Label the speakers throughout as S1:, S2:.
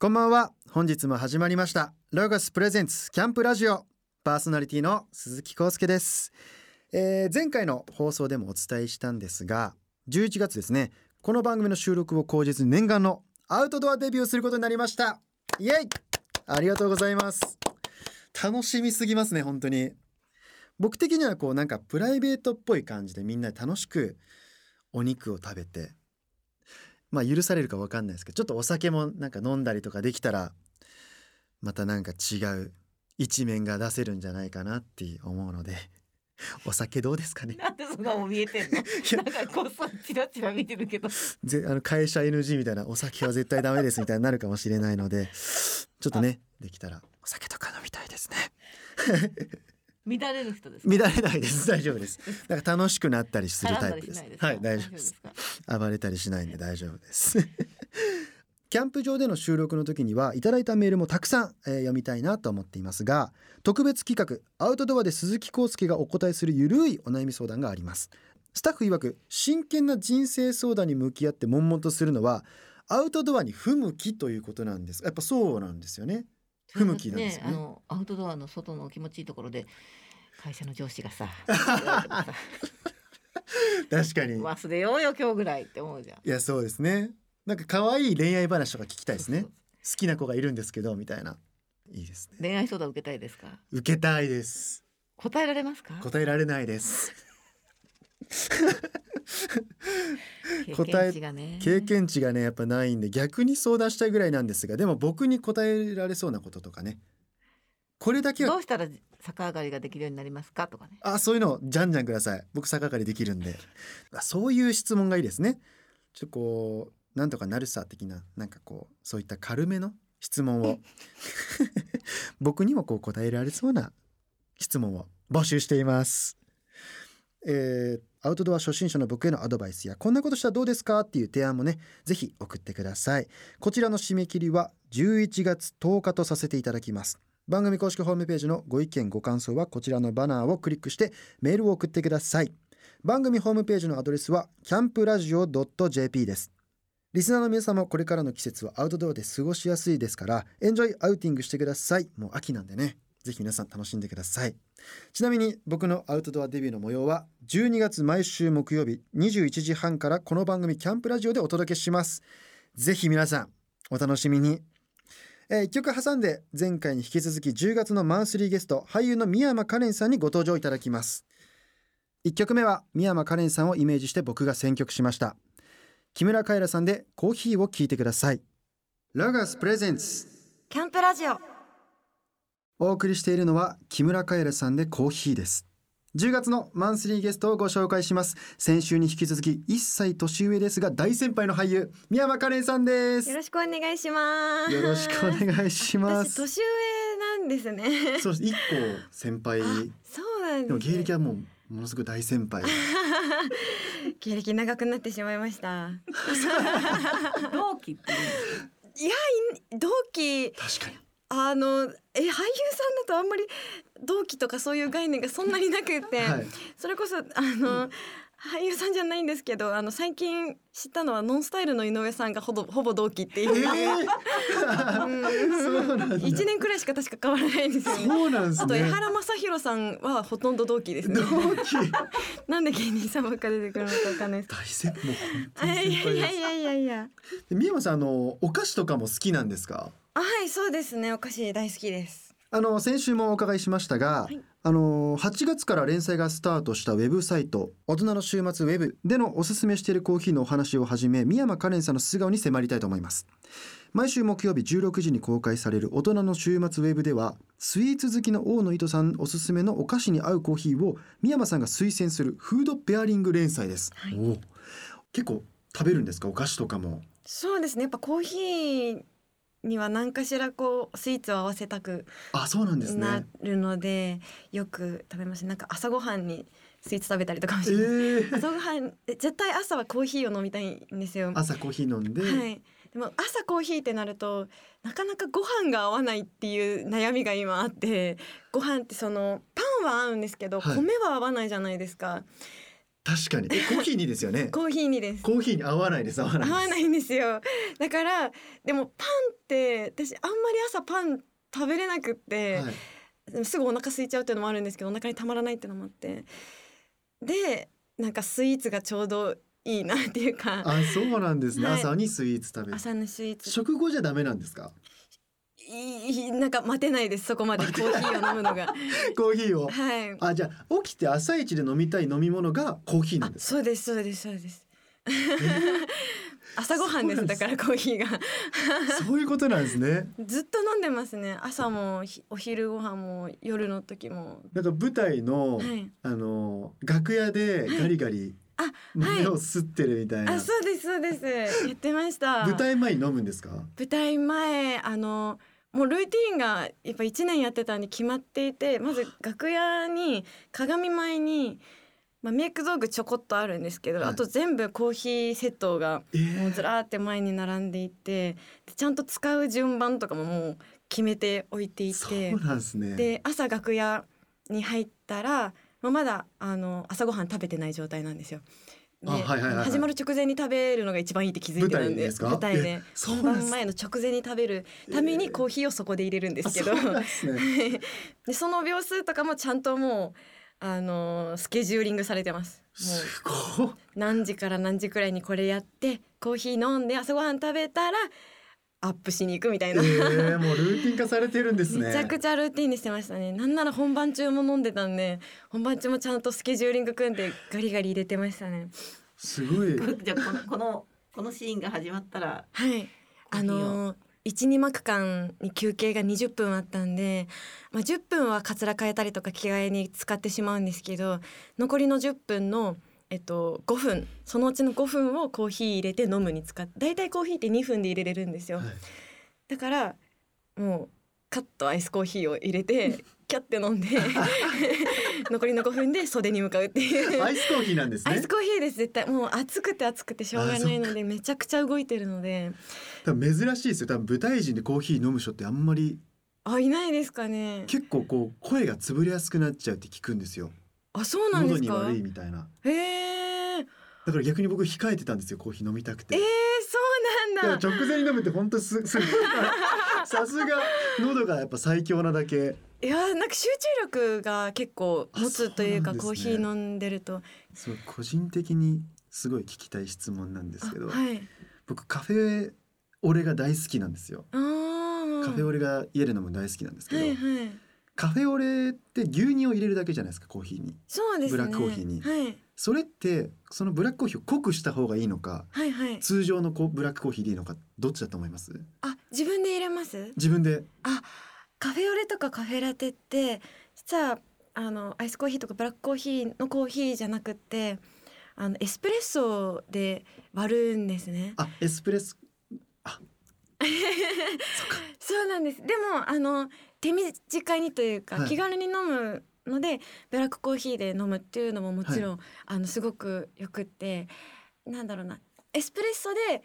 S1: こんばんは本日も始まりましたロゴスプレゼンツキャンプラジオパーソナリティの鈴木康介です、えー前回の放送でもお伝えしたんですが11月ですねこの番組の収録を口実に念願のアウトドアデビューすることになりましたイエイありがとうございます楽しみすぎますね本当に僕的にはこうなんかプライベートっぽい感じでみんなで楽しくお肉を食べてまあ許されるかわかんないですけどちょっとお酒もなんか飲んだりとかできたらまたなんか違う一面が出せるんじゃないかなって思うのでお酒どうですかね
S2: なんでそんなもん見えてんの
S1: や
S2: なんかこっそりチラチラ見てるけど
S1: ぜあの会社 NG みたいなお酒は絶対ダメですみたいになるかもしれないのでちょっとねできたらお酒とか飲みたいです ね
S2: 乱れる人ですか
S1: 乱れないです大丈夫ですなんか楽しくなったりするタイプです
S2: 絡んだりしないか
S1: はい大丈夫です
S2: 大か
S1: 暴れたりしないんで大丈夫です キャンプ場での収録の時にはいただいたメールもたくさん、えー読みたいなと思っていますが特別企画アウトドアで鈴木康介がお答えするゆるいお悩み相談がありますスタッフ曰く真剣な人生相談に向き合って悶々とするのはアウトドアに不向きということなんですやっぱそうなんですよね不向きなんですね
S2: あのアウトドアの外の気持ちいいところで会社の上司 がささ
S1: 確かに
S2: 忘れようよ今日ぐらいって思うじゃ
S1: い
S2: ん
S1: やそうですねなんか可愛い恋愛話とか聞きたいですね
S2: そ
S1: 好
S2: うそう
S1: きな子がいるんですけどみたいないいですね
S2: 恋愛相談受けたいですか
S1: 受けたいです
S2: 答えられますか
S1: 答えられないです
S2: 経験値がね
S1: 経験値がねやっぱないんで逆に相談したいぐらいなんですがでも僕に答えられそうなこととかねこれだけ
S2: ど
S1: は
S2: うしたら逆上がりができるようになりますかとかね
S1: あそういうのじゃんじゃんください僕逆上がりできるんであそういう質問がいいですねちょっとこうなんとかなるさ的ななんかこうそういった軽めの質問を 僕にもこう答えられそうな質問を募集していますえーアウトドア初心者の僕へのアドバイスやこんなことしたらどうですかっていう提案もねぜひ送ってくださいこちらの締め切りは11月10日とさせていただきます番組公式ホームページのご意見ご感想はこちらのバナーをクリックしてメールを送ってください番組ホームページのアドレスはキャンプラジオ .jp ですリスナーの皆様もこれからの季節はアウトドアで過ごしやすいですからエンジョイアウティングしてくださいもう秋なんでねぜひ皆さん楽しんでくださいちなみに僕のアウトドアデビューの模様は12月毎週木曜日21時半からこの番組キャンプラジオでお届けしますぜひ皆さんお楽しみにえー、一曲挟んで前回に引き続き10月のマンスリーゲスト俳優の宮山カレンさんにご登場いただきます1曲目は宮山カレンさんをイメージして僕が選曲しました木村カエラさんでコーヒーを聴いてくださいラガスプレゼンツ
S2: キャンプラジオ
S1: お送りしているのは木村カエラさんでコーヒーです10月のマンスリーゲストをご紹介します先週に引き続き1歳年上ですが大先輩の俳優宮山カレンさんです
S3: よ
S1: よ
S3: ろしくお願いします。
S1: ろしくお願いしま
S3: 私
S1: す
S3: 年上なんですね。
S1: そう1個先輩
S3: そうなん
S1: でも
S3: です、ね。
S1: 芸歴はもうものすごく大先輩
S3: 芸歴長くなってしまいました。
S2: 同期っていう
S3: 同期
S1: 確かに
S3: あのえ俳優さんだとあんまり同期とかそういう概念がそんなになく
S1: は
S3: て、
S1: い
S3: それこそあの。俳優さんじゃないんですけどあの最近知ったのはノンスタイルの井上さんがほぼほぼ同期ってい
S1: え
S3: う、
S1: ー、 そうなんだ
S3: 1年くらいしか確か変わらないんですよね
S1: そうなんです
S3: あと
S1: ね
S3: 江原正宏さんはほとんど同期ですね
S1: 同期
S3: なんで芸人さんばっか出てくるのかわかんないです
S1: 大 先もう本当
S3: い
S1: に
S3: や
S1: 先輩
S3: い
S1: で
S3: や
S1: す
S3: いやいやいや。
S1: で宮山さんあのお菓子とかも好きなんですか
S3: あはいそうですねお菓子大好きです。
S1: あの先週もお伺いしましたが、
S3: はい
S1: あの8月から連載がスタートしたウェブサイト「大人の週末ウェブ」でのおすすめしているコーヒーのお話をはじめ宮山カレンさんの素顔に迫りたいと思います毎週木曜日16時に公開される「大人の週末ウェブ」ではスイーツ好きの大野糸さんおすすめのお菓子に合うコーヒーを宮山さんが推薦するフードペアリング連載です、
S3: はい
S1: おう結構食べるんですかお菓子とかも
S3: そうですねやっぱコーヒーには何かしらこうスイーツを合わせたく
S1: あそうなんです
S3: な
S1: ね
S3: るのでよく食べますなんか朝ごはんにスイーツ食べたりとかも
S1: え
S3: しま す。
S1: ー、
S3: 朝ごはんえ絶対朝はコーヒーを飲みたいんですよ。は
S1: 朝コーヒー飲んで、
S3: い。でも朝コーヒーってなるとなかなかご飯が合わないっていう悩みが今あってご飯ってそのパンは合うんですけど、
S1: はい
S3: 米は合わないじゃないですか
S1: 確かにえコーヒーにですよね
S3: コーヒーにです
S1: コーヒーに合わないです合わないで
S3: 合
S1: す
S3: わないんですよだからでもパンって私あんまり朝パン食べれなくって、
S1: はい
S3: すぐお腹空いちゃうっていうのもあるんですけどお腹にたまらないっていうのもあってでなんかスイーツがちょうどいいなっていうか
S1: あそうなんですね、
S3: はい
S1: 朝にスイーツ食べる
S3: 朝のスイーツ
S1: 食後じゃダメなんですか
S3: いいいなんか待てないですそこまでコーヒーを飲むのが
S1: コーヒーを
S3: はい
S1: あじゃあ起きて朝一で飲みたい飲み物がコーヒーな
S3: あ
S1: ん ですか
S3: そうですそうですそうです朝ごはんで
S1: そ
S3: す
S1: うなんで
S3: だ
S1: す
S3: からコーヒーが
S1: そういうことなんですね
S3: ずっと飲んでますね朝もひお昼ご飯も夜の時も
S1: なんか舞台の、
S3: はい
S1: あの楽屋でガリガリ
S3: あ
S1: 豆を吸ってるみたいな、
S3: あそうですそうですやってました
S1: 舞台前に飲むんですか
S3: 舞台前あのもうルーティンがやっぱ1年やってたんで決まっていてまず楽屋に鏡前に、まあ、メイク道具ちょこっとあるんですけど、
S1: はい
S3: あと全部コーヒーセットが
S1: え
S3: もう
S1: ー
S3: ずらーって前に並んでいてでちゃんと使う順番とかももう決めておいてい
S1: そ
S3: て
S1: うなんですね
S3: で朝楽屋に入ったら、まあ、まだあの朝ごはん食べてない状態なんですよ。で
S1: あはいはいはいはい
S3: 始まる直前に食べるのが一番いいって気づいてる
S1: 舞台
S3: んで
S1: でですか
S3: 舞台で
S1: えそう
S3: 本
S1: なんです
S3: 番前の直前に食べるためにコーヒーをそこで入れるんですけど、
S1: あそうなん ですね
S3: でその秒数とかもちゃんともうあのスケジューリングされてます。もう
S1: すごい
S3: 何時から何時くらいにこれやってコーヒー飲んで朝ごはん食べたらアップしに行くみたい
S1: え
S3: な、
S1: ー、もうルーティン化されてるんですね
S3: めちゃくちゃルーティンにしてましたねなんなら本番中も飲んでたんで本番中もちゃんとスケジューリング組んでガリガリ入れてましたね
S1: すごい
S2: じゃあこのこのこのシーンが始まったら
S3: はいあの12幕間に休憩が20分あったんで、まあ、10分はかつら変えたりとか着替えに使ってしまうんですけど残りの10分の、えっと、5分そのうちの5分をコーヒー入れて飲むに使って大体コーヒーって2分で入れれるんですよ。
S1: はい
S3: だからもうカットアイスコーヒーを入 れてキャッて飲んで残りの5分で袖に向かうっていう
S1: アイスコーヒーなんです
S3: アイ
S1: ね
S3: スコーヒーです絶対もう暑くて暑くてしょうがないのでめちゃくちゃ動いてるので
S1: 多分珍しいですよ多分舞台人でコーヒー飲む人ってあんまり
S3: あいないですかね
S1: 結構こう声が潰れやすくなっちゃうって聞くんですよ
S3: あそうなんで
S1: 喉
S3: す
S1: に
S3: か
S1: 悪いみたいな
S3: へえー、
S1: だから逆に僕控えてたんですよコーヒー飲みたくて、
S3: えー、そうなん
S1: だ
S3: だ
S1: から直前に飲むって本当す すさすが喉がやっぱ最強なだけ
S3: いやーなんか集中力が結構持つというか
S1: あそうなんですね
S3: コーヒー飲んでると
S1: そう個人的にすごい聞きたい質問なんですけど、
S3: あはい
S1: 僕カフェオレが大好きなんですよ
S3: あー
S1: カフェオレが家で飲むの大好きなんですけど、
S3: はいはい
S1: カフェオレって牛乳を入れるだけじゃないですかコーヒーに
S3: そうですね
S1: ブラックコーヒーに
S3: はい
S1: それってそのブラックコーヒーを濃くした方がいいのか
S3: はいはい
S1: 通常のこうブラックコーヒーでいいのかどっちだと思います
S3: あ自分で入れます
S1: 自分で
S3: あカフェオレとかカフェラテって実はあのアイスコーヒーとかブラックコーヒーのコーヒーじゃなくってあのエスプレッソで割るんですね
S1: あエスプレッソ
S3: そうなんですでもあの手短にというか、
S1: はい
S3: 気軽に飲むのでブラックコーヒーで飲むっていうのももちろん、あのすごくよくってなんだろうなエスプレッソで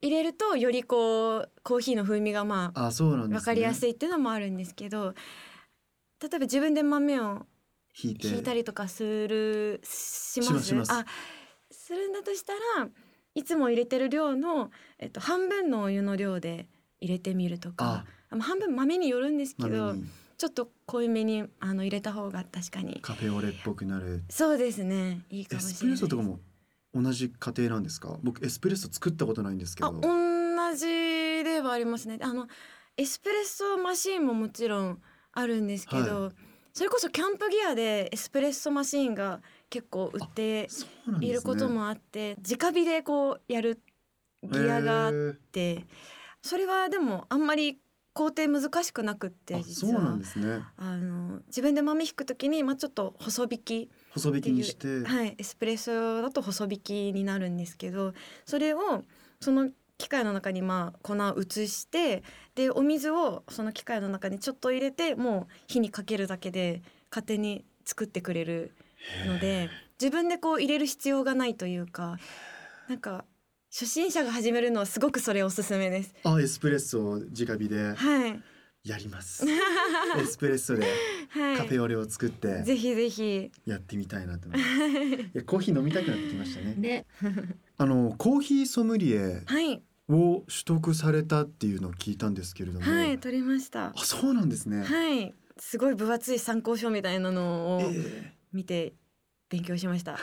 S3: 入れるとよりこうコーヒーの風味がまあ
S1: あそうなんです、ね、
S3: わかりやす
S1: い
S3: いっていうのもあるんですけど例えば自分で豆を
S1: 引いて
S3: ひいたりとかするしま
S1: し
S3: す
S1: ますします
S3: あするんだとしたらいつも入れてる量の、えっと、半分のお湯の量で入れてみると
S1: あ
S3: かあまあ半分豆によるんですけ
S1: 豆
S3: ど
S1: に
S3: ちょっと濃いめにあの入れた方が確かに
S1: カフェオレっぽくなる
S3: そうですねいいか
S1: エ
S3: もしれな
S1: スプレッ
S3: い
S1: ソとかも同じ過程なんですか僕エスプレッソ作ったことないんですけど
S3: あ同じではありますねあのエスプレッソマシーンももちろんあるんですけど、それこそキャンプギアでエスプレッソマシーンが結構売って
S1: そうなんですね
S3: いることもあって、直火でこうやるギアがあ
S1: へ
S3: っ
S1: ー
S3: て、それはでもあんまり工程難しくなくって
S1: あ
S3: 実
S1: そう
S3: は
S1: なんですね
S3: あの自分で豆引くときに、まあ、ちょっと細引き
S1: 細引きにして
S3: はい、エスプレッソだと細引きになるんですけどそれをその機械の中にまあ粉を移してでお水をその機械の中にちょっと入れてもう火にかけるだけで勝手に作ってくれるので自分でこう入れる必要がないというかなんか初心者が始めるのはすごくそれおすすめです。
S1: あエスプレッソを直火で、
S3: はい、
S1: やります エスプレッソで
S3: はい
S1: カフェオレを作って
S3: ぜひぜひ
S1: やってみたいなと思い ますいやコーヒー飲みたくなってきましたね
S2: ね、
S1: あのコーヒーソムリエ
S3: はい
S1: を取得されたっていうのを聞いたんですけれども、
S3: はい取りました
S1: あそうなんですね、
S3: はいすごい分厚い参考書みたいなのを
S1: え
S3: 見て勉強し ました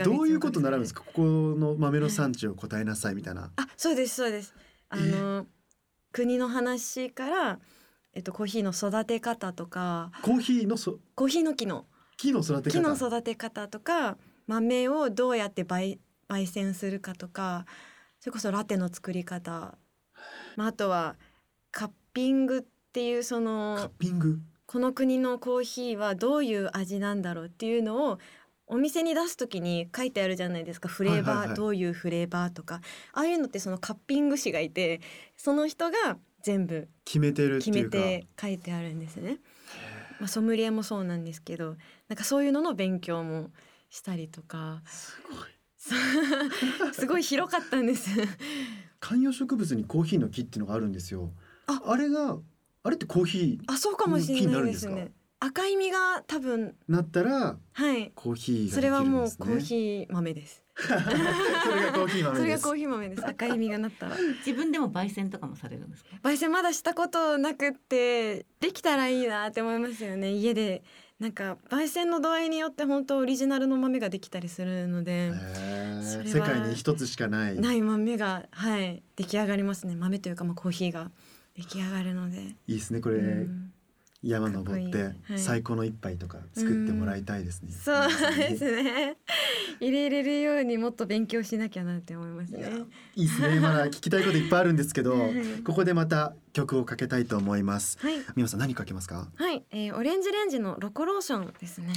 S1: えどういうこと習うんです
S3: か
S1: かここの豆の産地を答えなさいみたいな
S3: あそうですそうですあの国の話からえっとコーヒーの育て方とか
S1: コーヒーのそ
S3: コーヒーの木の
S1: 木の育て
S3: 木
S1: 方
S3: の育て方とか豆をどうやって焙焙煎するかとかそれこそラテの作り方、まあ、あとはカッピングっていうそ
S1: カッ
S3: の
S1: ピング
S3: この国のコーヒーはどういう味なんだろうっていうのをお店に出す時に書いてあるじゃないですかフレーバー、
S1: はいはいはい
S3: どういうフレーバーとかああいうのってそのカッピング師がいてその人が全部
S1: 決めてるって
S3: 決
S1: い
S3: め
S1: うか
S3: て書いてあるんですね。まあ、ソムリエもそうなんですけどなんかそういうのの勉強もしたりとか
S1: すごい
S3: そうすごい広かった んです。
S1: 観葉植物にコーヒーの木っていうのがあるんですよあ
S3: あ
S1: れがあれってコーヒ
S3: あそうかもしれないです
S1: 気になるん
S3: ね。赤い実が多分
S1: ーなったら
S3: はい
S1: コーヒーが
S3: そ
S1: で
S3: れ
S1: き
S3: は
S1: るん
S3: も
S1: で
S3: う
S1: すね
S3: コーヒー豆です。
S1: ーそれがコーヒー豆です
S3: それがコーヒー豆です。赤い実がなったら。
S2: 自分でも焙煎とかもされるんですか。
S3: 焙煎まだしたことなくってできたらいいなって思いますよね家でなんか焙煎の度合いによって本当オリジナルの豆ができたりするので、
S1: へー
S3: それは
S1: 世界に一つしかない
S3: ないい豆がはい出来上がりますね豆というかまあコーヒーが出来上がるので、
S1: いですねこれ、
S3: うん
S1: 山登っ
S3: か
S1: て
S3: っこいいはい
S1: 最高の一杯とか作ってもらいたいですね。
S3: そうで
S1: ね。
S3: すね 入れれるようにもっと勉強しなきゃなって思います
S1: い
S3: ね
S1: やいいですね。まだ聞きたいこといっぱいあるんですけど
S3: はい、
S1: ここでまた曲をかけたいと思います。
S3: はい
S1: 皆さん何かけますか？
S3: はい、えー、オレンジレンジのロコローションですね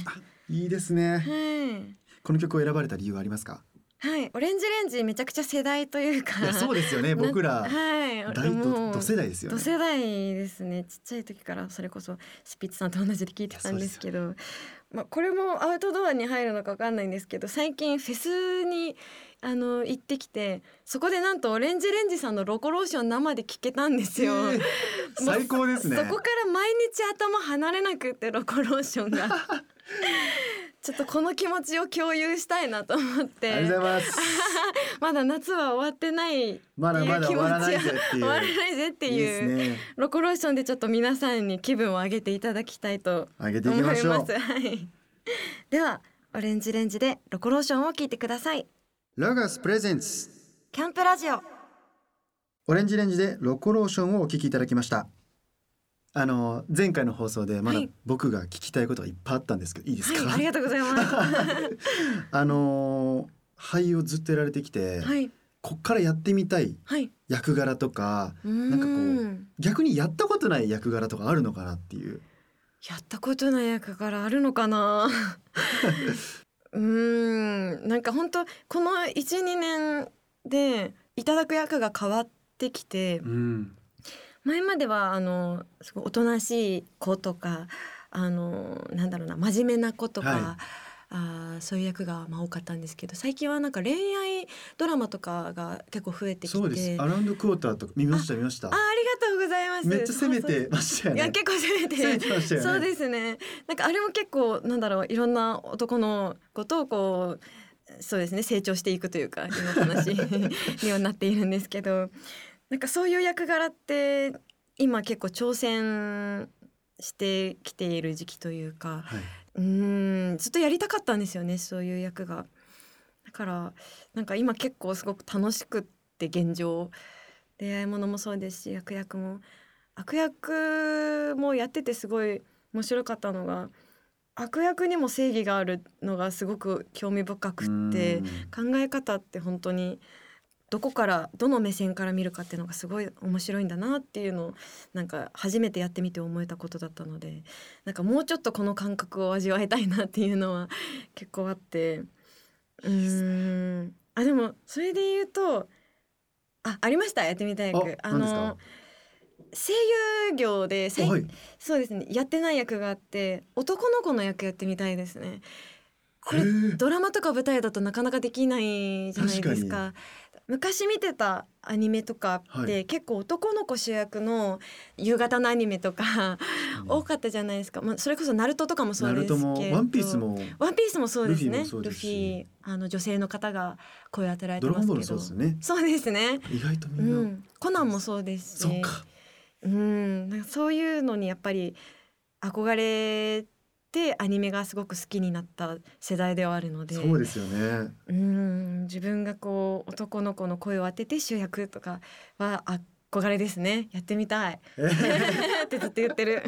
S1: いいですね。
S3: はい
S1: この曲を選ばれた理由はありますか？
S3: はい、オレンジレンジめちゃくちゃ世代というか
S1: いやそうですよね。
S3: な
S1: 僕ら
S3: はい、
S1: 大
S3: も
S1: と
S3: う
S1: 同世代ですよ
S3: 同
S1: ね。
S3: 世代ですねちっちゃい時からそれこそスピッツさんと同じで聞いてたんですけどまあ、これもアウトドアに入るのかわかんないんですけど最近フェスにあの行ってきてそこでなんとオレンジレンジさんの「ロコローション」生で聴けたんです
S1: え
S3: よ。
S1: ー最高ですね
S3: そ。こから毎日頭離れなくってロコローション がちょっとこの気持ちを共有したいなと思っ
S1: ありがとうござい
S3: て
S1: ます。
S3: まだ夏は終わってない
S1: まだまだ終わらないぜってい
S3: 終
S1: う。
S3: わらないぜって
S1: いい
S3: いう
S1: ですね。
S3: ロコローションでちょっと皆さんに気分を上げていただきたいと
S1: 上げてい
S3: 思
S1: き
S3: い
S1: まし
S3: ます。
S1: ょう。
S3: はい。ではオレンジレンジでロコローションを聞いてください。
S1: ラガスプレゼンツ。
S3: キャンプラジオ。
S1: オレンジレンジでロコローションをお聞きいただきました。あの前回の放送でまだ
S3: はい
S1: 僕が聞きたいことがいっぱいあったんですけど、いいですか？
S3: はい、ありがとうござい ます。
S1: あの俳優をずっとやられてきて、
S3: はい
S1: こっからやってみたい
S3: はい。
S1: 役柄とか、
S3: なん
S1: かこう逆にやったことない役柄とかあるのかなっていう。
S3: やったことない役からあるの かな。うーん、なんか本当この一二年でいただく役が変わってきて。
S1: うん。
S3: 前まではあのすごいおとなしい子とかあのなんだろうな真面目な子とか、
S1: は
S3: あーそういう役がまあ多かったんですけど最近はなんか恋愛ドラマとかが結構増えてきて
S1: そうです。アラウンドクォーターとか見ました見ました
S3: ああ。りがとうございます
S1: めっちゃ攻め
S3: そうそう
S1: てましたよ
S3: いや
S1: ね。
S3: 結構攻め て
S1: 攻めてましたよね。
S3: そうですねなんかあれも結構なんだろういろんな男のことをこうそうですね成長していくというか今話にはなっているんですけどなんかそういう役柄って今結構挑戦してきている時期というか
S1: はい。
S3: うーんずっとやりたかったんですよねそういう役が。だからなんか今結構すごく楽しくって現状恋愛ものもそうですし悪役も悪役もやっててすごい面白かったのが悪役にも正義があるのがすごく興味深くって
S1: うん
S3: 考え方って本当にどこからどの目線から見るかっていうのがすごい面白いんだなっていうのをなんか初めてやってみて思えたことだったのでなんかもうちょっとこの感覚を味わいたいなっていうのは結構あってうーんあでもそれで言うとあありましたやってみたい役
S1: あ
S3: あ
S1: 何ですか
S3: の声優業で最
S1: はい。
S3: そうですねやってない役があって男の子の役やってみたいですねこれ
S1: へー
S3: ドラマとか舞台だとなかなかできないじゃないですか昔見てたアニメとかっ
S1: は
S3: て結構男の子主役の夕方のアニメとか多かったじゃないですか、まあ、それこそナルトとかもそう
S1: ナ
S3: です
S1: ル
S3: けど
S1: トもワンピースも
S3: ワンピースもそうです
S1: ル
S3: ね
S1: フィもそうですし
S3: ルフィあの女性の方が声を当てられて
S1: ドラ
S3: ま
S1: ゴン
S3: す
S1: ボー
S3: け
S1: ルそう
S3: ど
S1: ですね
S3: そうですね
S1: 意外と
S3: う
S1: みんな、
S3: ん、コナンもそうですし
S1: そっか
S3: うん、なんかそういうのにやっぱり憧れてアニメがすごく好きになった世代ではあるので
S1: そうですよね
S3: うん自分がこう男の子の声を当てて主役とかは憧れですねやってみたい
S1: え
S3: ってずっと言ってる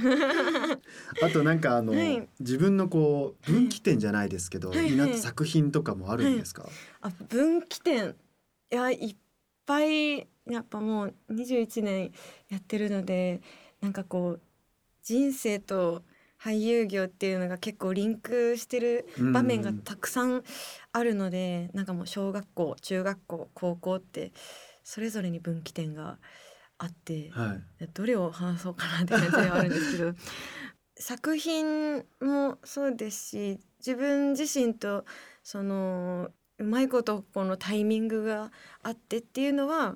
S1: あとなんかあの、
S3: はい
S1: 自分のこう分岐点じゃないですけど、
S3: はいはい
S1: になった作品とかもあるんですか、
S3: あ分岐点いやいっぱいやっぱもう21年やってるのでなんかこう人生と俳優業っていうのが結構リンクしてる
S1: うん
S3: 場面がたくさんあるので、なんかもう小学校中学校高校ってそれぞれに分岐点があって、
S1: はい
S3: どれを話そうかなって感じではあるんですけど作品もそうですし自分自身とそのうまいことこのタイミングがあってっていうのは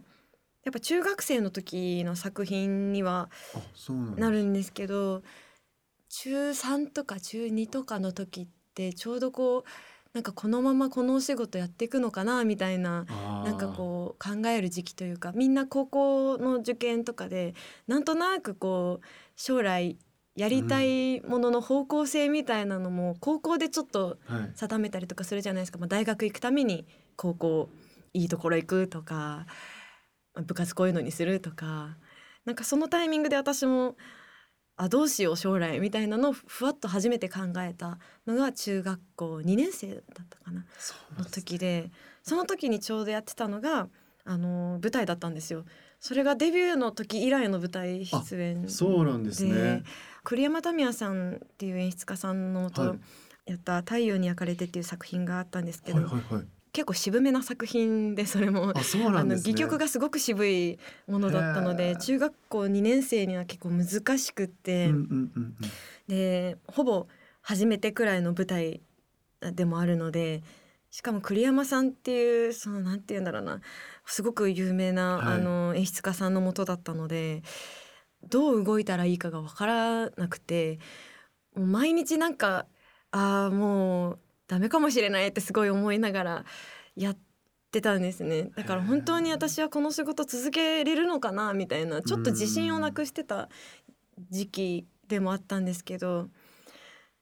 S3: やっぱ中学生の時の作品には
S1: あそうなんだ
S3: なるんですけど中3とか中2とかの時ってちょうどこうなんかこのままこのお仕事やっていくのかなみたいな
S1: あー
S3: なんかこう考える時期というかみんな高校の受験とかでなんとなくこう将来やりたいものの方向性みたいなのも高校でちょっと
S1: はい
S3: 定めたりとかするじゃないですか、まあ、大学行くために高校いいところ行くとかまあ部活こういうのにするとかなんかそのタイミングで私もあどうしよう将来みたいなのをふわっと初めて考えたのが中学校2年生だったかな。
S1: そうなん
S3: の
S1: です
S3: 時でその時にちょうどやってたのがあの舞台だったんですよそれがデビューの時以来の舞台出演
S1: そうなんですね
S3: で栗山民也さんっていう演出家さんのも
S1: は
S3: とやった「太陽に焼かれて」っていう作品があったんです
S1: い
S3: けど、
S1: はいはいはい
S3: 結構渋めな作品でそれも
S1: あそう
S3: あ
S1: なん
S3: の
S1: ですね
S3: 戯曲がすごく渋いものだったの
S1: へ
S3: で
S1: ー
S3: 中学校2年生には結構難しくって、
S1: うんうんうんうん
S3: でほぼ初めてくらいの舞台でもあるのでしかも栗山さんっていうそのなんて言うんだろうなすごく有名な、
S1: はい
S3: あの演出家さんのもとだったのでどう動いたらいいかが分からなくてもう毎日なんかああもうダメかもしれないってすごい思いながらやってたんですねだから本当に私はこの仕事続けれるのかなみたいなちょっと自信をなくしてた時期でもあったんですけど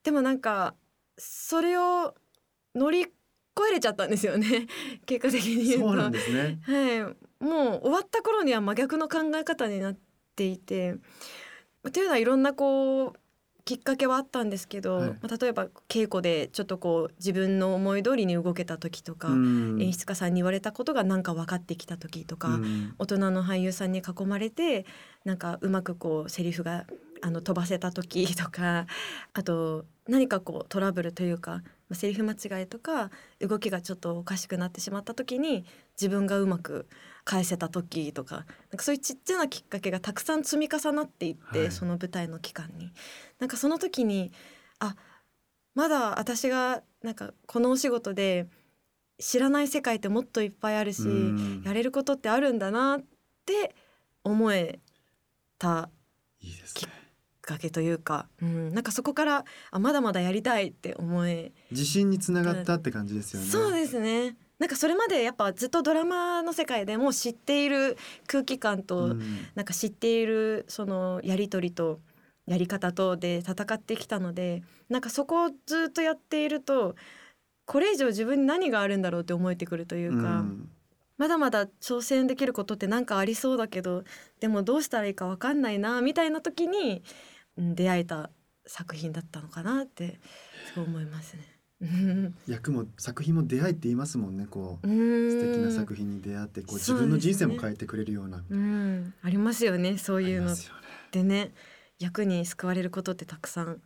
S3: でもなんかそれを乗り越えれちゃったんですよね 結果的に 言うと。
S1: そうなんですね
S3: はい、もう終わった頃には真逆の考え方になっていてというのはいろんなこうきっかけはあったんですけど、
S1: はい
S3: まあ例えば稽古でちょっとこう自分の思い通りに動けた時とか、
S1: うん
S3: 演出家さんに言われたことがなんか分かってきた時とか、
S1: うん
S3: 大人の俳優さんに囲まれてなんかうまくこうセリフがあの飛ばせた時とか あと何かこうトラブルというかまあセリフ間違いとか動きがちょっとおかしくなってしまった時に自分がうまく返せた時とかなんかそういうちっちゃなきっかけがたくさん積み重なっていって、
S1: はい
S3: その舞台の期間に。なんかその時にあまだ私がなんかこのお仕事で知らない世界ってもっといっぱいあるし、
S1: うん
S3: やれることってあるんだなって思えた
S1: いいですね
S3: きっかけというか、うん、なんかそこからあまだまだやりたいって思え、
S1: 自信につながったって感じですよね
S3: そうですねなんかそれまでやっぱずっとドラマの世界でもう知っている空気感と、
S1: うん
S3: なんか知っているそのやり取りとやり方とで戦ってきたのでなんかそこをずっとやっているとこれ以上自分に何があるんだろうって思えてくるという
S1: う
S3: か。
S1: ん
S3: まだまだ挑戦できることってなんかありそうだけどでもどうしたらいいかわかんないなみたいな時にうん出会えた作品だったのかなってすごい思いますね。うん
S1: 役も作品も出会いって言いますもんねこう素敵な作品に出会ってこう自
S3: そうですね
S1: 分の人生も変えてくれるような
S3: うんありますよねそうい
S1: あり
S3: うの
S1: ま
S3: っ
S1: すよね
S3: てね役に救われることってたくさん、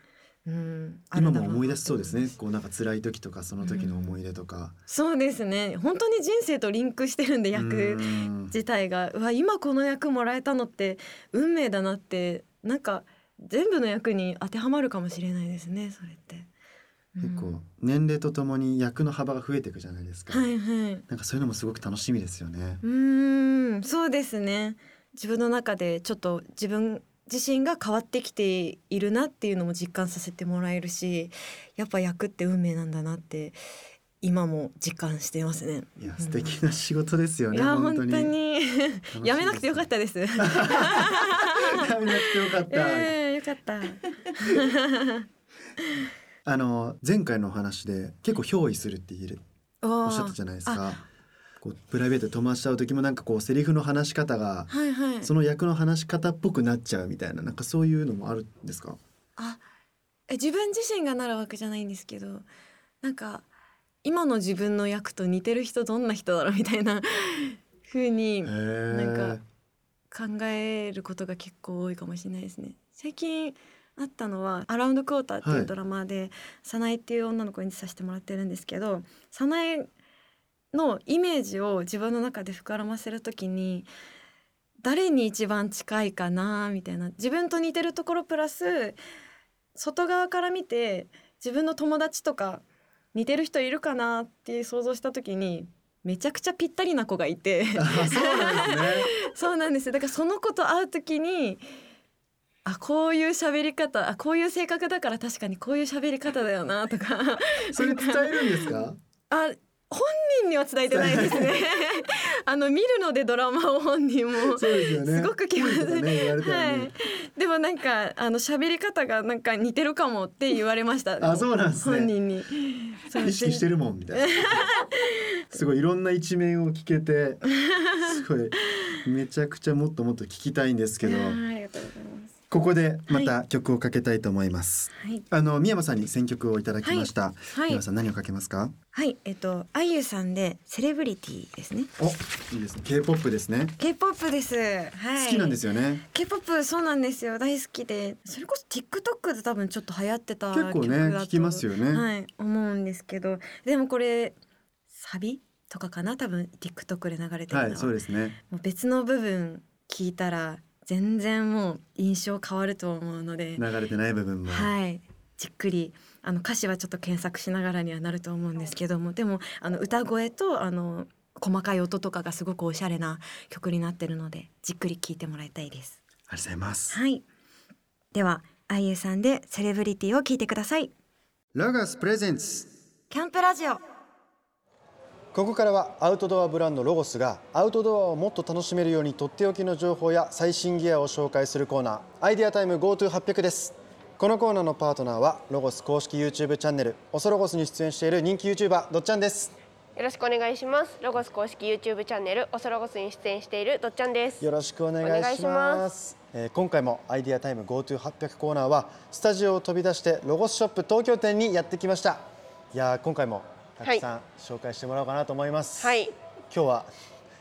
S3: うん、ある
S1: 今
S3: んだ
S1: も
S3: ろな
S1: 思い出しそうです
S3: って思い
S1: ね
S3: ます
S1: こうなんか辛い時とかその時の思い出とか
S3: そうですね本当に人生とリンクしてるんで役
S1: うん
S3: 自体がうわ今この役もらえたのって運命だなってなんか全部の役に当てはまるかもしれないですねそれって。
S1: 結
S2: うん
S1: 構年齢とともに役の幅が増えていくじゃないですか、
S3: はいはい。
S1: なんかそういうのもすごく楽しみですよね
S3: う。ーん、そうですね。自分の中でちょっと自分自身が変わってきているなっていうのも実感させてもらえるし、やっぱ役って運命なんだなって今も実感してますね。
S1: いや
S2: うん
S1: 素敵な仕事ですよ
S3: い
S1: ね、
S3: や
S1: 本
S3: 本
S1: 当
S3: 当
S1: に。
S3: に やめなくてよかったです。え
S1: た。 やめなくてよ かった。
S3: ー、よ かった。
S1: あの前回のお話で結構憑依するって言えるお
S3: お
S1: っしゃったじゃないですか。こうプライベートで飛ばしちゃう時もなんかこうセリフの話し方が
S3: はいはい。
S1: その役の話し方っぽくなっちゃうみたいななんかそういうのもあるんですか。
S3: あえ自分自身がなるわけじゃないんですけどなんか今の自分の役と似てる人どんな人だろうみたいな風に
S1: へー
S3: なんか考えることが結構多いかもしれないですね。最近あったのは「アラウンドクォーター」って
S1: はいいう
S3: ドラマで、早苗っていう女の子にさせてもらってるんですけど早苗のイメージを自分の中で膨らませるときに誰に一番近いかなみたいな自分と似てるところプラス外側から見て自分の友達とか似てる人いるかなって想像したときにめちゃくちゃぴったりな子がいて。
S1: あそうなんですね。
S3: そうなんですよだからその子と会う時にあこういう喋り方あこういう性格だから確かにこういう喋り方だよなとか
S1: それ伝えるんですか。
S3: あ本人には伝えてないです ねあの見るのでドラマを本人も
S1: そうですよね。
S3: すごく気まずい
S1: とかね言われたらね。
S3: でもなんかあの喋り方がなんか似てるかもって言われました
S1: あそうなんですね
S3: 本人にそう
S1: 意識してるもんみ たいな。すごいいろんな一面を聞けて、すごいめちゃくちゃもっともっと聞きたいんですけど
S3: い、やーありがとうございます
S1: ここでまた曲をかけたいと思います。
S3: はい
S1: あの宮間さんに選曲をいただきました。
S3: はい
S1: 宮間さん何をかけますか？
S3: はいえっとあゆさんでセレブリティですね
S1: お、いいですね。K-POP ですね。
S3: K-POP ですはい
S1: 好きなんですよね。
S3: K-POP そうなんですよ大好きでそれこそ TikTok で多分ちょっと流行ってた
S1: 結構
S3: 曲
S1: ね
S3: だと
S1: 聞きますよね。
S3: はい思うんですけどでもこれサビとかかな多分 TikTok で流れてる
S1: は
S3: の
S1: い、そうですね。
S3: もう別の部分聞いたら全然もう印象変わると思うので、
S1: 流れてない部分も。
S3: はいじっくりあの歌詞はちょっと検索しながらにはなると思うんですけどもでもあの歌声とあの細かい音とかがすごくおしゃれな曲になってるのでじっくり聴いてもらいたいです。
S1: ありがとうございます。
S3: はい。では、あゆさんでセレブリティを聞いてください。
S1: ラガスプレゼンツ。
S3: キャンプラジオ。
S1: ここからはアウトドアブランドロゴスがアウトドアをもっと楽しめるようにとっておきの情報や最新ギアを紹介するコーナーアイデアタイム GoTo800 ですこのコーナーのパートナーはロゴス公式 YouTube チャンネルオソロゴスに出演している人気 YouTuber どっちゃんです
S4: よろしくお願いします。ロゴス公式 YouTube チャンネルおそロゴスに出演しているどっちゃんです。
S5: よろしくお願いし
S4: お願
S5: ま
S4: い
S5: す
S4: しま
S5: えー今回もアイデアタイム GoTo800 コーナーはスタジオを飛び出してロゴスショップ東京店にやってきましたいやー今回もたくさん紹介してもらおうかなと思います、
S4: はい。
S5: 今日は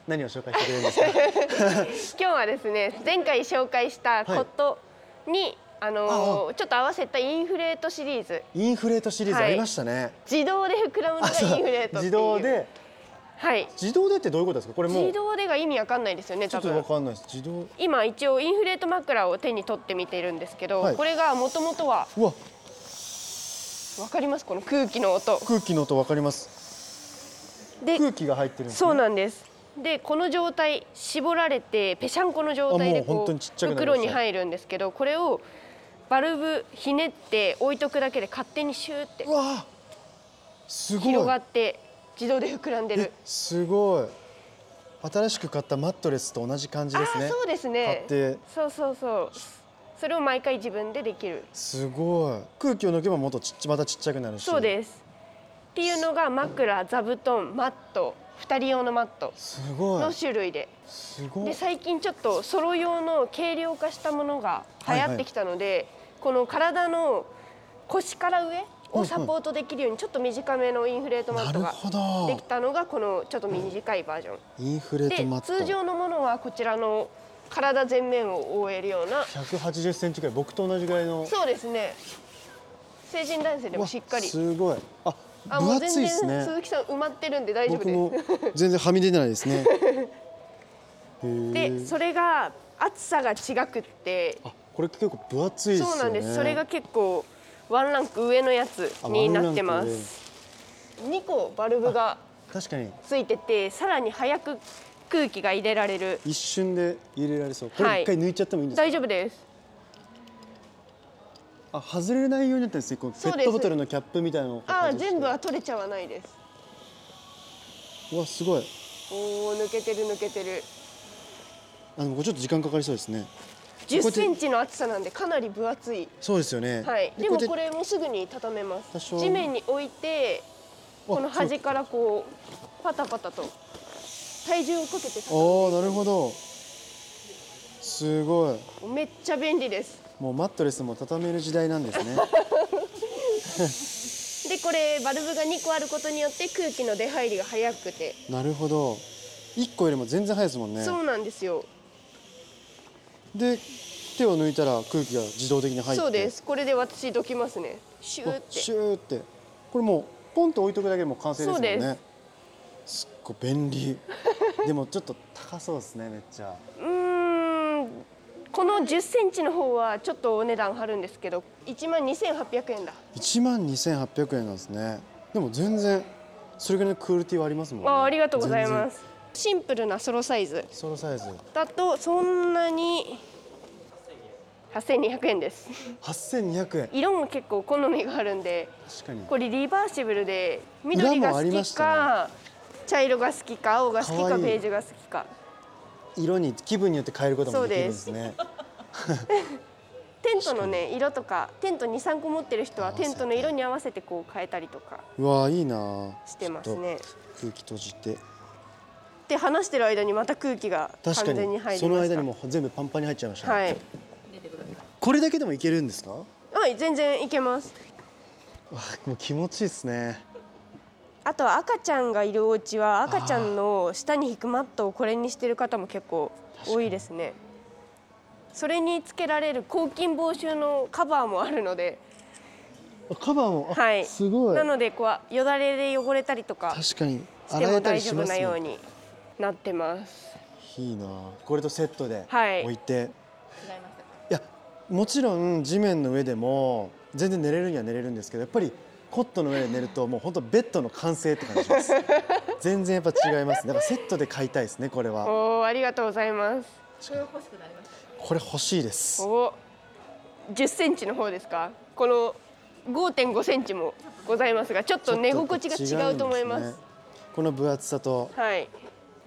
S5: 何を紹介してくれるんですか
S4: 今日はですね、前回紹介したことに、あのーちょっと合わせたインフレートシリーズ。
S5: インフレートシリーズありましたね、
S4: 自動で膨らむの
S5: あ
S4: が
S5: そう
S4: インフレートっていう。
S5: 自動。で
S4: はい。
S5: 自動でってどういうことですかこれも
S4: 自
S5: うち
S4: 動でが意味わかんないですよね。
S5: ょ
S4: 多
S5: っとわ
S4: 分。
S5: かんないです自動
S4: 今一応インフレート枕を手に取ってみているんですけど、
S5: はい
S4: これがもともとは
S5: うわ
S4: わかりますこの空気の音
S5: 空気の音わかります
S4: で
S5: 空気が入ってるんです、ね、
S4: そうなんです。でこの状態絞られてぺしゃんこの状態で
S5: あもう本
S4: こ
S5: 当
S4: う
S5: にちっちゃくなりました
S4: 袋に入るんですけどこれをバルブひねって置いとくだけで勝手にシューって
S5: うわーすごい
S4: 広がって自動で膨らんでる
S5: え。すごい新しく買ったマットレスと同じ感じ
S4: ああ
S5: ですね
S4: ーそうです
S5: 買
S4: ね
S5: っ。て
S4: そうそうそう。それを毎回自分でできる。
S5: すごい空気を抜けばもっとちっちまたちっちゃくなるし
S4: そうです。っていうのが枕、座布団、マット、二人用のマット
S5: すご
S4: の
S5: い
S4: 種類で。
S5: すご
S4: で
S5: い
S4: 最近ちょっとソロ用の軽量化したものが流行ってきたので、この体の腰から上をサポートできるようにちょっと短めのインフレートマ
S5: な
S4: ッ
S5: る
S4: トが
S5: ほ
S4: で
S5: ど
S4: きたのがこのちょっと短いバージョン、
S5: インフレートマッ
S4: で
S5: ト
S4: 通常のものはこちらの体全面を覆えるような
S5: 180センチぐらい僕と同じぐらいの
S4: そうですね成人男性でもしっかり
S5: うわすごいあ
S4: あ
S5: 分
S4: もう全
S5: 厚いです
S4: 然
S5: ね
S4: 鈴木さん埋まってるんで大丈夫
S5: 僕
S4: です
S5: も全然はみ出てないです ねへ
S4: で
S5: ー
S4: それが厚さが違くって
S5: あこれ結構分厚いですよ
S4: そ
S5: ね
S4: うなんですそれが結構ワンランク上のやつ
S5: あ
S4: になって
S5: ワンラン
S4: ま
S5: ク
S4: す2個バルブが
S5: 確かに
S4: ついててさらに早く空気が入れられる
S5: 一瞬で入れられそうこれ一回抜いちゃってもいいんですか、
S4: 大丈夫です
S5: あ外れないようになってるんですねこうペ
S4: そうです
S5: ットボトルのキャップみたいなのを
S4: ああ
S5: 外して
S4: 全部は取れちゃわないです
S5: うわすごい
S4: おお抜けてる抜けてる
S5: あのこれちょっと時間かかりそうですね
S4: 1
S5: こ
S4: 0
S5: う
S4: セ
S5: やっ
S4: ン
S5: て
S4: チの厚さなんでかなり分厚い
S5: そうですよね
S4: はいでも
S5: う
S4: こ
S5: やって
S4: れもすぐに畳めま
S5: 多
S4: す
S5: 少
S4: 地面に置いてこの
S5: あそう
S4: 端からこうパタパタと体重をかけて
S5: あ
S4: 畳
S5: ー
S4: む
S5: なるほどすごい
S4: めっちゃ便利です
S5: もうマットレスも畳める時代なんですね
S4: でこれバルブが2個あることによって空気の出入りが早くて、
S5: なるほど一個よりも全然早いですもんね
S4: そうなんですよ、
S5: で手を抜いたら空気が自動的に入って
S4: そうですこれで私どきますねシューっ
S5: あ
S4: て
S5: シューってこれもうポンと置いとくだけでもう完成ですもん
S4: そう
S5: ねすっごい便 利でもちょっと高そうですねめっちゃ
S4: うーんこの1 0センチの方はちょっとお値段張るんですけど1万2800円だ
S5: 1万2800円なんですねでも全然それぐらいのクオリティはありますもんね
S4: あありがとうござい
S5: 全
S4: ま
S5: 然
S4: すシンプルなソロサイズ
S5: そのサイズ
S4: だとそんなに8200円です
S5: 8200円
S4: 色も結構好みがあるんで
S5: 確かに
S4: これリバーシブルで緑
S5: 裏
S4: が
S5: もあり
S4: 好
S5: ま
S4: き
S5: した
S4: か、茶色が好きか青が好き
S5: かわ
S4: か
S5: いい
S4: ベージュが好きか
S5: 色に気分によって変えることもできるんです
S4: そ
S5: ね
S4: テントのね色とかテント23個持ってる人はテントの色に合わせてこう変えたりとか
S5: うわーいい なあ
S4: してますね
S5: ちょっと空気閉じて
S4: で話してる間にまた空気が完
S5: 確か
S4: 全に
S5: に
S4: 入りました
S5: その間にもう全部パンパンに入っちゃいましたね、
S4: はい
S5: これだけでもいけるんですかわ
S4: はい全然いけます
S5: あもう気持ちいいですね
S4: あとは赤ちゃんがいるお家は赤ちゃんの下に引くマットをこれにしてる方も結構多いですねそれにつけられる抗菌防臭のカバーもあるので
S5: あカバーも、あ
S4: はい
S5: すごい
S4: なのでこうよだれで汚れたりとか
S5: 確かに
S4: して
S5: 洗え
S4: も
S5: たり
S4: 大
S5: し
S4: 丈夫
S5: ます
S4: なよう
S5: ね
S4: になってます
S5: いいなあこれとセットで
S4: はい
S5: 置いて、い、やもちろん地面の上でも全然寝れるには寝れるんですけどやっぱりコットンの上で寝るともう本当ベッドの完成って感じします 全然やっぱ違いますだからセットで買いたいですねこれは
S4: おーありがとうございます
S5: これ欲しいです
S4: お10センチの方ですかこの5.5センチもございますがちょっと寝心地が違うと思います
S5: ちょっと違うんでねこの分厚さと
S4: はい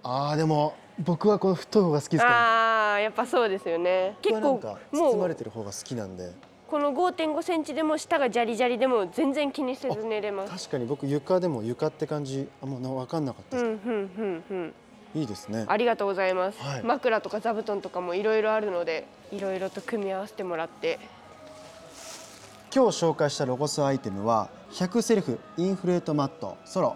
S5: ああでも僕はこの太い方が好きですから
S4: あーやっぱそうですよね
S5: 僕
S4: 結
S5: はなん
S4: 構
S5: か包
S4: も
S5: まれ
S4: う
S5: てる方が好きなんで
S4: この5.5センチでも下がジャリジャリでも全然気にせず寝れます
S5: 確かに僕床でも床って感じあんまな分かんなかった
S4: うん
S5: で
S4: う
S5: す、
S4: んうんうん
S5: いいですね
S4: ありがとうございます、
S5: はい
S4: 枕とか座布団とかもいろいろあるのでいろいろと組み合わせてもらって
S5: 今日紹介したロゴスアイテムは100セルフインフレートマットソロ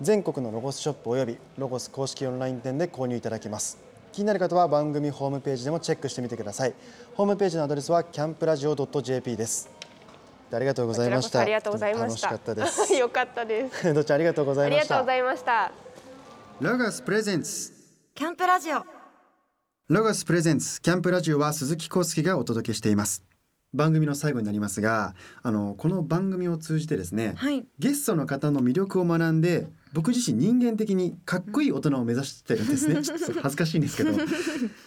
S5: 全国のロゴスショップおよびロゴス公式オンライン店で購入いただけます気になる方は番組ホームページでもチェックしてみてくださいホームページのアドレスはキャンプラジオ .jp ですありがとうご
S4: こ
S5: ざ
S4: ち
S5: い
S4: ら
S5: ま
S4: こ
S5: した
S4: そありがとうございました
S5: 楽しかったです
S4: よかったです
S5: どっちありがとうござ
S4: あ
S5: い
S4: り
S5: ま
S4: が
S5: した
S4: とうございました
S1: ロゴスプレゼンツ
S3: キャンプラジオ
S1: ロゴスプレゼンツキャンプラジオは鈴木康介がお届けしています番組の最後になりますがあのこの番組を通じてですね、
S3: はい
S1: ゲストの方の魅力を学んで僕自身人間的にかっこいい大人を目指してるんですねちょっと恥ずかしいん ですけど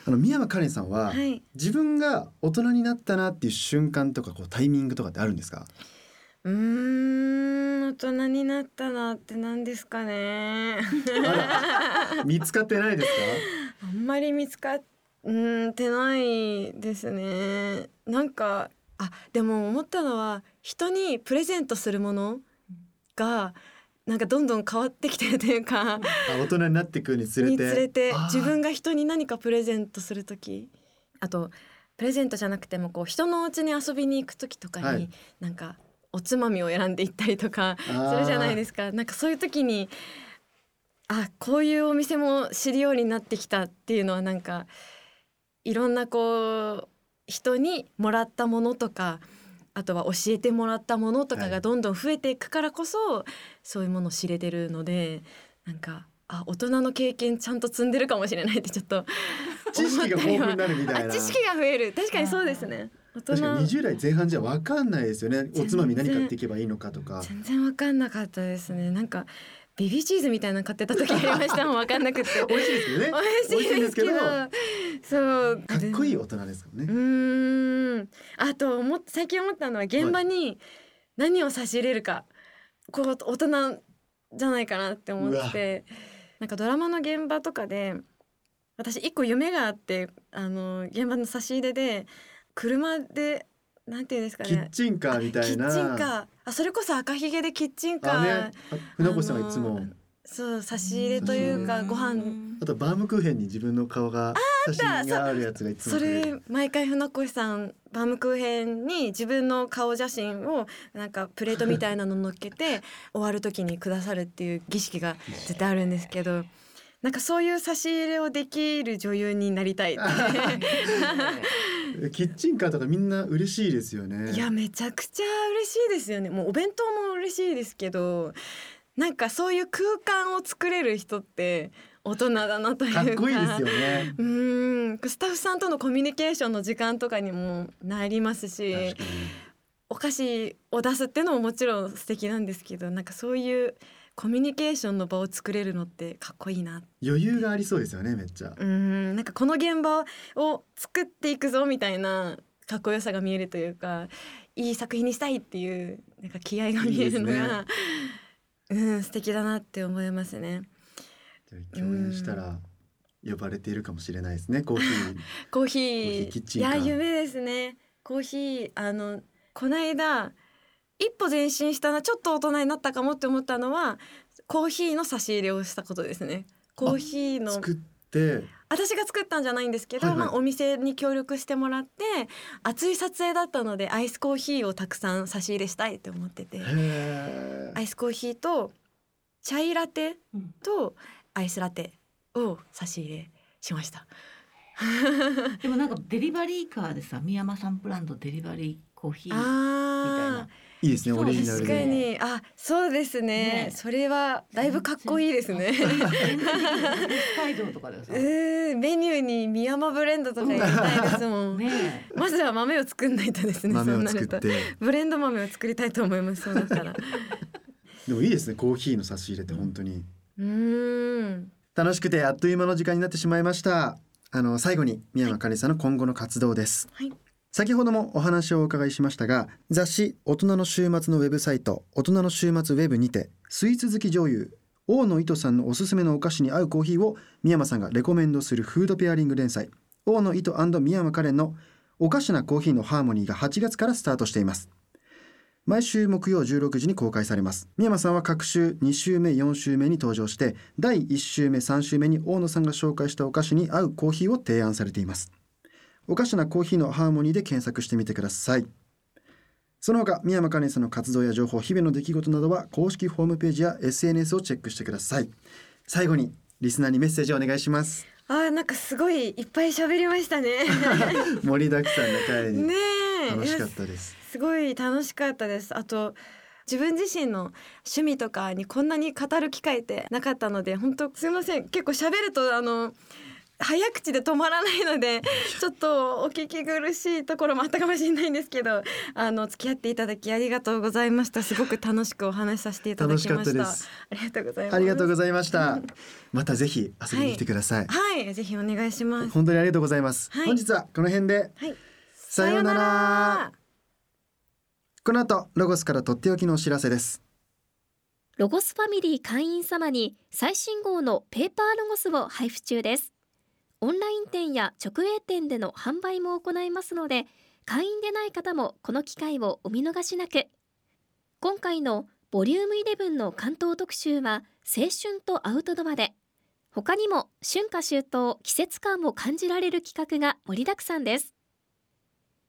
S1: あの宮山カレンさんは、
S3: はい
S1: 自分が大人になったなっていう瞬間とかこうタイミングとかってあるんですか
S3: うーん大人になったなって何ですかね
S1: 見つかってないです
S3: あんまり見つかっうんてないですねなんかあでも思ったのは人にプレゼントするものがなんかどんどん変わってきてるというか
S1: かあ大人になっていくにつれ
S3: に
S1: て
S3: 連れて
S1: あー
S3: 自分が人に何かプレゼントする時あとプレゼントじゃなくてもこう人のお家に遊びに行く時とかに、
S1: はい
S3: なんかおつまみを選んで行ったりとかす
S1: あー
S3: るじゃないですかなんかそういう時にあこういうお店も知るようになってきたっていうのはなんかいろんなこう人にもらったものとかあとは教えてもらったものとか
S1: はい
S3: がどんどん増えていくからこそ、そういうものを知れてるのでなんかあ大人の経験ちゃんと積んでるかもしれないってちょっと
S1: 知識が豊富になるみたいな
S3: あ知識が増える確かにそうですね大
S1: 確か
S3: 人
S1: に20代前半じゃ分かんないですよねおつまみ何買っていけばいいのかとか
S3: 全然わかんなかったですねなんかベビーチーズみたいなの買ってた時ありま したもんわかんなくて
S1: 美味しいですよね
S3: 美味しいですけど
S1: 美
S3: そう
S1: かっこいい
S3: よ
S1: 大人ですから
S3: う
S1: ね
S3: ーんあと思っ最近思ったのは現場に何を差し入れるか、こう大人じゃないかなって思ってなんかドラマの現場とかで私一個夢があってあの現場の差し入れで車でなんていうんですか
S1: キッ
S3: ね
S1: チンカーみたいな
S3: キッチンカーあそれこそ赤ひげでキッチンカ
S1: あ
S3: ー、
S1: ねあ船越さんがいつも
S3: あのそう差し入れというかご飯
S1: あとバームクーヘンに自分の顔が写
S3: あ
S1: 真
S3: った
S1: があるやつがいつも
S3: そ
S1: くれ
S3: れ
S1: る
S3: 毎回船越さんバームクーヘンに自分の顔写真をなんかプレートみたいなの乗っ けて終わる時にくださるっていう儀式が絶対あるんですけどなんかそういう差し入れをできる女優になり たいって
S1: キッチンカーとかみんな嬉しいですよね
S3: いやめちゃくちゃ嬉しいですよねもうお弁当も嬉しいですけどなんかそういう空間を作れる人って大人だなという
S1: か
S3: か
S1: っこいいですよね
S3: うーんスタッフさんとのコミュニケーションの時間とかにもなりますし
S1: 確か
S3: お菓子を出すってのももちろん素敵なんですけどなんかそういうコミュニケーションの場を作れるのってかっこいいな
S1: に余裕がありそうですよねめっちゃ
S3: うーんなんかこの現場を作っていくぞみたいなかっこよさが見えるというかいい作品にしたいっていうなんか気合が見えるの
S1: いいで
S3: がうん素敵だなって思いますね。
S1: じゃあ共演したら呼ばれているかもしれないですねコーヒ
S3: コー
S1: コーヒー
S3: ヒー
S1: キッチンカー
S3: いや夢ですねコーヒーあのこの間一歩前進したなちょっと大人になったかもって思ったのはコーヒーの差し入れをしたことですねコーヒー
S1: ー
S3: の
S1: 作って
S3: 私が作ったんじゃないんですけど、
S1: はいはい
S3: まあ、お店に協力してもらって暑い撮影だったのでアイスコーヒーをたくさん差し入れしたいって思ってて
S1: へ
S3: アイスコーヒーとチャイラテ
S2: うん
S3: とアイスラテを差し入れしました。
S2: でもなんかデリバリーカーでさ三山さんブランドデリバリーコーヒーみ
S3: あ
S2: た
S3: ー
S2: いない
S1: いですね
S2: そう
S1: オリジナル
S3: 確
S1: で
S3: かに、あ、そうですね。
S2: ね
S3: それはだいぶかっこいいですね。
S2: 北海道とかでさね
S3: えーメニューにミヤマブレンドとか入れたいですもん。
S2: え
S3: まずは豆を作んないとですね。
S1: 豆
S3: そう
S1: を
S3: な
S1: 作
S3: る
S1: っ
S3: と
S1: て
S3: ブレンド豆を作りたいと思います。そうだったら。
S1: でもいいですねコーヒーの差し入れって本当に
S3: うーん。
S1: 楽しくてあっという間の時間になってしまいましたあの最後に宮山かりんさんの今後の活動です、
S3: はい
S1: 先ほどもお話をお伺いしましたが雑誌大人の週末のウェブサイト大人の週末ウェブにてスイーツ好き女優大野糸さんのおすすめのお菓子に合うコーヒーを宮山さんがレコメンドするフードペアリング連載大野糸宮山かれんのおかしなコーヒーのハーモニーが8月からスタートしています毎週木曜16時に公開されます宮山さんは各週2週目4週目に登場して第1週目3週目に大野さんが紹介したお菓子に合うコーヒーを提案されていますおかしなコーヒーのハーモニーで検索してみてくださいその他宮山カレンさんの活動や情報日々の出来事などは公式ホームページや SNS をチェックしてください最後にリスナーにメッセージをお願いします
S3: あー、なんかすごいいっぱい喋りましたね。
S1: 盛りだくさんの回に
S3: ねえ。
S1: 楽しかったです
S3: すごい楽しかったですあと自分自身の趣味とかにこんなに語る機会ってなかったので本当すいません結構喋るとあの早口で止まらないのでちょっとお聞き苦しいところもあったかもしれないんですけどあの付き合っていただきありがとうございましたすごく楽しくお話しさせていただ
S1: 楽
S3: き
S1: しか
S3: ま
S1: っ
S3: した
S1: たです
S3: ありがとうございます
S1: ありがとうございましたまたぜひ遊びに来てください
S3: はいぜひお願いします
S1: 本当にありがとうございます、
S3: はい
S1: 本日はこの辺で
S3: はい
S1: さようなら
S3: さようなら
S1: この後ロゴスからとっておきのお知らせです
S6: ロゴスファミリー会員様に最新号のペーパーロゴスを配布中です。オンライン店や直営店での販売も行いますので、会員でない方もこの機会をお見逃しなく。今回のボリューム11の関東特集は青春とアウトドアで、他にも春夏秋冬季節感を感じられる企画が盛りだくさんです。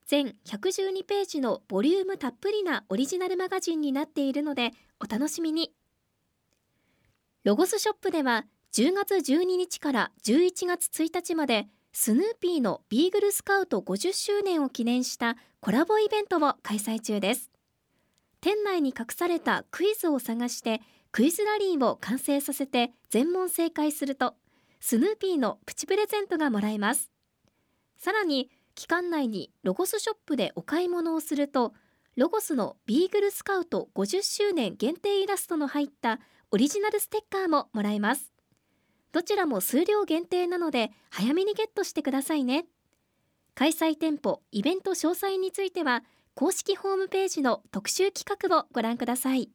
S6: 全112ページのボリュームたっぷりなオリジナルマガジンになっているのでお楽しみにロゴスショップでは10月12日から11月1日までスヌーピーのビーグルスカウト50周年を記念したコラボイベントを開催中です店内に隠されたクイズを探してクイズラリーを完成させて全問正解するとスヌーピーのプチプレゼントがもらえますさらに期間内にロゴスショップでお買い物をするとロゴスのビーグルスカウト50周年限定イラストの入ったオリジナルステッカーももらえますどちらも数量限定なので早めにゲットしてくださいね開催店舗イベント詳細については公式ホームページの特集企画をご覧ください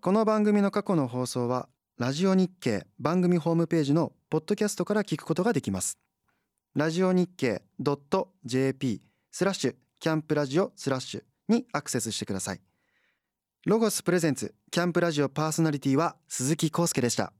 S1: この番組の過去の放送はラジオ日経番組ホームページのポッドキャストから聞くことができますラジオ日経 .jp スラッシュキャンプラジオスラッシュにアクセスしてくださいロゴスプレゼンツキャンプラジオパーソナリティは鈴木康介でした